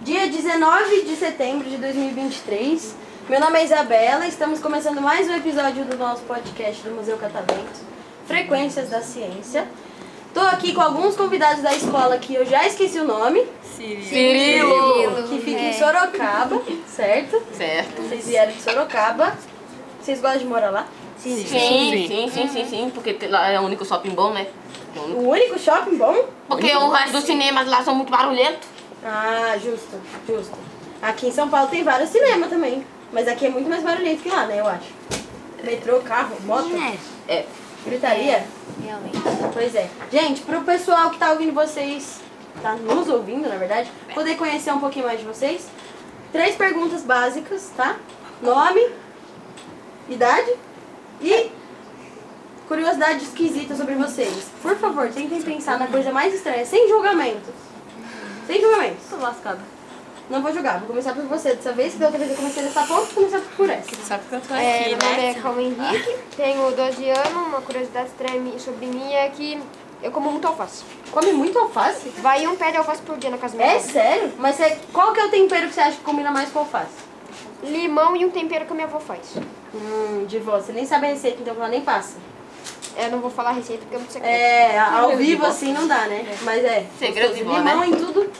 Dia 19 de setembro de 2023. Meu nome é Isabela. Estamos começando mais um episódio do nosso podcast do Museu Catavento, Frequências da Ciência. Tô aqui com alguns convidados da escola que eu já esqueci o nome, Cirilo. que fica em Sorocaba, certo? Certo. Vocês vieram de Sorocaba. Vocês gostam de morar lá? Sim, sim, sim, sim, sim, porque te- lá é o único shopping bom, né? O único. O único shopping bom? Porque o resto dos cinemas lá são muito barulhentos. Ah, justo, justo. Aqui em São Paulo tem vários cinemas também. Mas aqui é muito mais barulhento que lá, né? Eu acho. Metrô, carro, moto, É. gritaria. Realmente. Pois é. Gente, pro pessoal que tá ouvindo vocês, tá nos ouvindo, na verdade, poder conhecer um pouquinho mais de vocês, três perguntas básicas, tá? Nome, idade e curiosidade esquisita sobre vocês. Por favor, tentem pensar na coisa mais estranha, sem julgamento. Sem julgamento. Tô lascada. Não vou julgar, vou começar por você dessa vez, que da outra vez eu comecei dessa ponta, vou começar por essa. É, meu nome né? é Calma Henrique, tenho 12 anos, uma curiosidade estranha mi- sobre mim é que eu como muito alface. Come muito alface? Vai um pé de alface por dia na casa da minha É avó. sério? Mas você- qual que é o tempero que você acha que combina mais com alface? Limão e um tempero que a minha avó faz. Hum, de vó, você nem sabe a receita, então ela nem passa. Eu não vou falar a receita porque é muito secreto. É, ao vivo assim não dá, né? Mas é. Segredo de vó, Limão né? em tudo.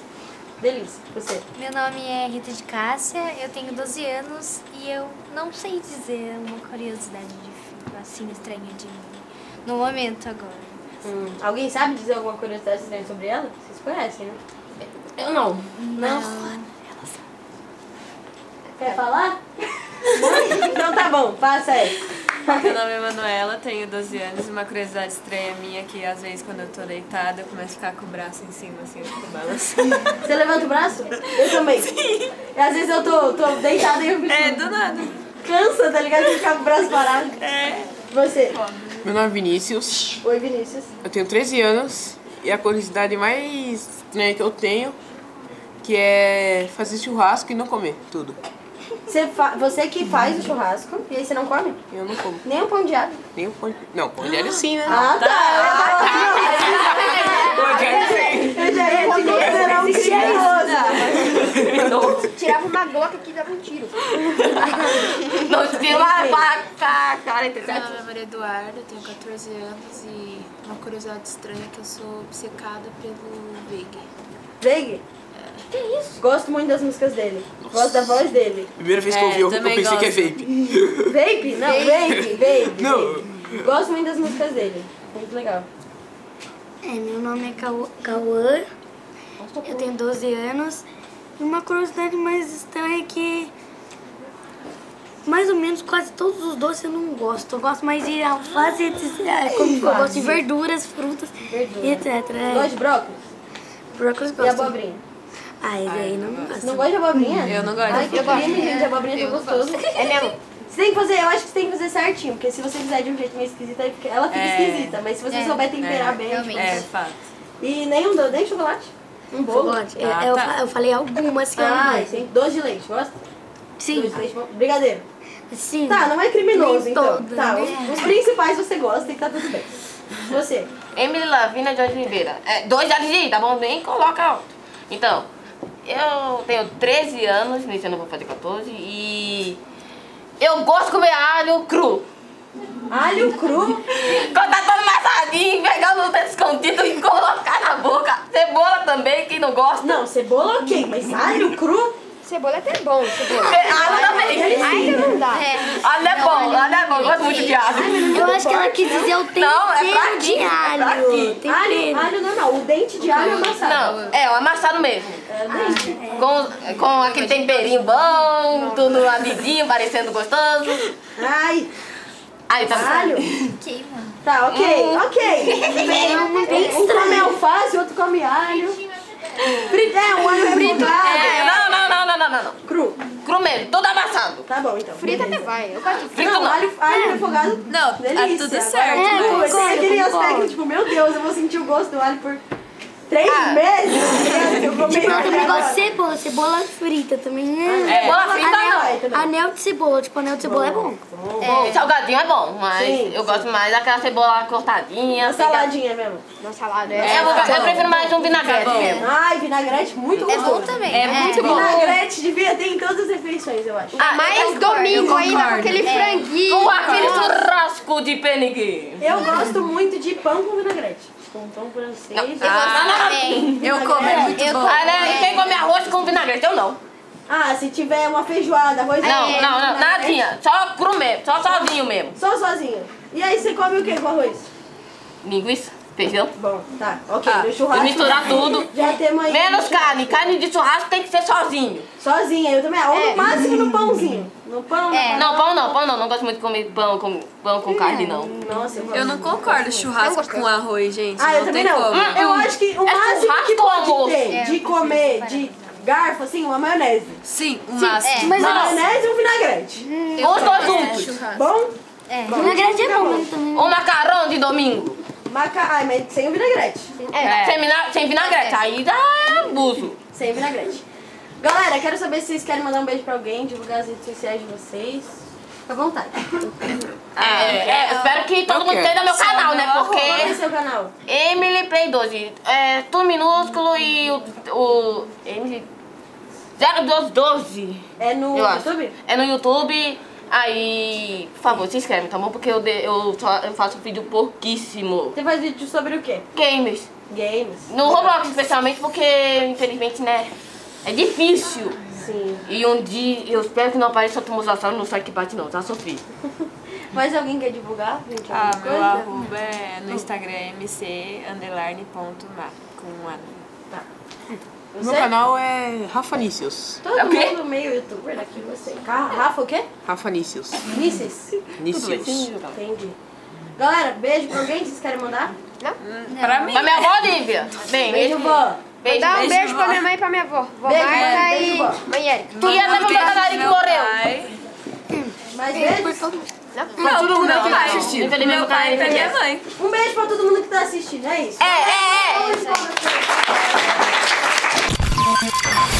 Delícia. Você. Meu nome é Rita de Cássia, eu tenho 12 anos e eu não sei dizer uma curiosidade de, assim estranha de mim no momento agora. Hum, alguém sabe dizer alguma curiosidade estranha sobre ela? Vocês conhecem, né? Eu não. Não. Quer falar? então tá bom, passa aí. Meu nome é Manuela, tenho 12 anos. Uma curiosidade estranha minha é que às vezes quando eu tô deitada eu começo a ficar com o braço em cima, assim, eu fico balançando. Você levanta o braço? Eu também. Às vezes eu tô, tô deitada e eu me É, do nada. cansa, tá ligado? De ficar com o braço parado. É. Você. Meu nome é Vinícius, Oi, Vinícius. eu tenho 13 anos e a curiosidade mais estranha que eu tenho que é fazer churrasco e não comer tudo. Você, fa- você que faz o churrasco e aí você não come? Eu não como Nem um pão de alho. nem o pão de... Não, pão de alho sim, né? Ah, tá. Pão de alho sim. Eu já ia te considerar um criminoso. Tirava uma glock aqui e dava um tiro. Não tem lá pra cá, cara, Meu entendeu? nome é Maria Eduarda, eu tenho 14 anos e uma curiosidade estranha é que eu sou obcecada pelo Vig. Veig? Que isso? Gosto muito das músicas dele. Gosto da voz dele. Primeira vez que eu É, vi, eu, eu também pensei que é gosto. vape. Vape? Não, vape, vape. Não. vape. Gosto muito das músicas dele. Muito legal. É, meu nome é Cau- Cauã, eu tenho 12 anos e uma curiosidade mais estranha é que mais ou menos quase todos os doces eu não gosto. Eu gosto mais de alface, etc. É Como que eu gosto de verduras, frutas, Verdura. etc. É, Gosto de brócolis? brócolis E gosto. abobrinha? Ah, esse aí não gosto. Não gosto de abobrinha? Eu não gosto. Ai, que abobrinha, gente. Abobrinha é tão gostoso. É mesmo? Você tem que fazer, eu acho que você tem que fazer certinho, porque se você fizer de um jeito meio esquisito, aí fica- ela fica É. esquisita. Mas se você souber temperar bem, tipo, É, fato. E nem um doce, nem chocolate? Um bolo? Chocolate. Ah, É, eu, eu tá. fa- eu falei algumas que eu não Ah, gosto. sim. Doce de leite, gosta? Doce Sim, de leite, bom. brigadeiro. sim. Tá, não é criminoso, Nem então. todas, tá, né? os, os principais você gosta e tá tudo bem. Você. Emily Lavina de Oliveira. É, dois já de tá bom? Nem coloca outro. Então, eu tenho 13 anos, nesse ano eu vou fazer 14, e eu gosto de comer alho cru. Alho cru. Quando tá todo amassadinho, pegando o dedo escondido e colocar na boca. Cebola também, quem não gosta. Não, cebola ok, mas alho cru? Cebola é até bom, cebola. Alho também. Ainda não dá. Alho é bom, alho é bom. Gosto muito de alho. Eu acho que ela quis dizer o tempero Não, é pra de mim, é pra alho. mim. Tempero. tá Alho, alho normal, o dente de alho amassado. Não, é, o amassado mesmo. É, dente. Com, com aquele temperinho bom, tudo amidinho, parecendo gostoso. Ai, Aí tá alho. Queima. Tá, ok, ok. Tudo É bem. Um come alface, outro come alho. Frito, é, um alho fritado. É, não, não, não, não, não, não, não. Cru. Cru mesmo, todo amassado. Tá bom, então. Frita até vai. Eu gosto de frita. Frito Não, não. alho, alho refogado. Não, tá delícia. tudo certo, Agora, né? é, Concordo, aquele concordo. aspecto, tipo, meu Deus, eu vou sentir o gosto do alho por Três meses? Né? Eu comi Tipo, eu também agora. gosto de cebola, cebola frita também. É, bola frita não. Anel, também. Anel de cebola, tipo, anel de cebola é bom. É, salgadinho é bom, mas Sim, eu gosto mais daquela cebola cortadinha. assim, Saladinha mesmo. Na salada. que- É, eu, vou- eu prefiro mais um vinagrete é mesmo. Ai, vinagrete muito É bom gostoso. também. É muito bom. Vinagrete devia ter em todas as refeições, eu acho. Ah, Mas domingo ainda com aquele franguinho. Com aquele churrasco de penigue. Eu gosto muito de pão com vinagrete. Com pão francês. Eu Ah, gosto também. Eu como, é muito Eu bom. Ah, né? E quem como. come arroz com vinagrete? Eu não. ah, se tiver uma feijoada, arroz Não, é, não, não. vinagrete. Nadinha. Só cru mesmo. Só sozinho mesmo. Só sozinho. E aí, você come o que com arroz? Linguiça, feijão. Bom, tá. Ok, Ah, no churrasco. e misturar tudo. Já temos aí. Menos carne. Carne de churrasco tem que ser sozinho. Sozinha, eu também. É. Ou no máximo no pãozinho. No pão, É. no Não, pão não, pão não. Não gosto muito de comer pão com, pão com carne, não. pão. Nossa, Eu não concordo churrasco com arroz, gente. Ah, eu Não também tem não. como. Eu acho que o É máximo que churrasco ou pode almoço? ter É, de eu comer prefiro de garfo, assim, uma maionese. Sim, o máximo. É. Mas Uma não. maionese e um vinagrete. Ou os dois juntos. Bom? É. Vinagrete é bom mesmo também. Ou macarrão de domingo. Maca... Ai, mas sem o vinagrete. É. Sem, vina- sem vinagrete. Aí já é abuso. Sem vinagrete. Galera, quero saber se vocês querem mandar um beijo pra alguém, divulgar as redes sociais de vocês. Fica à vontade. Ah, É, é, eu espero que todo mundo quero. entenda meu canal, né? Qual é o Porque seu canal? Emily Play 12 é tudo minúsculo e o, o Emily 0212 É no eu acho. YouTube? É no YouTube. Aí, por favor, se inscreve, tá bom? Porque eu, de- eu, só, eu faço vídeo pouquíssimo. Você faz vídeo sobre o quê? Games. Games? No Roblox especialmente porque, infelizmente, né? É difícil. Sim. E um dia, eu espero que não apareça outro musassauro no site bate não, tá? Sofri. Mas alguém quer divulgar? Gente, Ah, alguma meu coisa? arroba é no Instagram é mc underline ponto mar, com um A. Tá. Meu Você? canal é Rafa Nícios. Todo É o quê? mundo meio youtuber daqui, você. Ca- Rafa o quê? Rafa Nícios. Nices? Nícios. Entendi. Galera, beijo pra alguém que vocês querem mandar? Pra mim, Mas minha avó, Lívia. Bem, Beijo, esse- vó. Beijo, Dá um Beijo, beijo pra vó. minha mãe e pra minha avó. Vó Beijo, Marta mãe. Beijo, e vó. mãe Erika. E até meu batalha que meu morreu. pai. Mais beijos? Não, todo mundo que tá assistindo. Infelizmente, Meu meu canal pai e pra é minha mãe. Um beijo pra todo mundo que tá assistindo, é isso? É, é, é. Vamos pra vocês.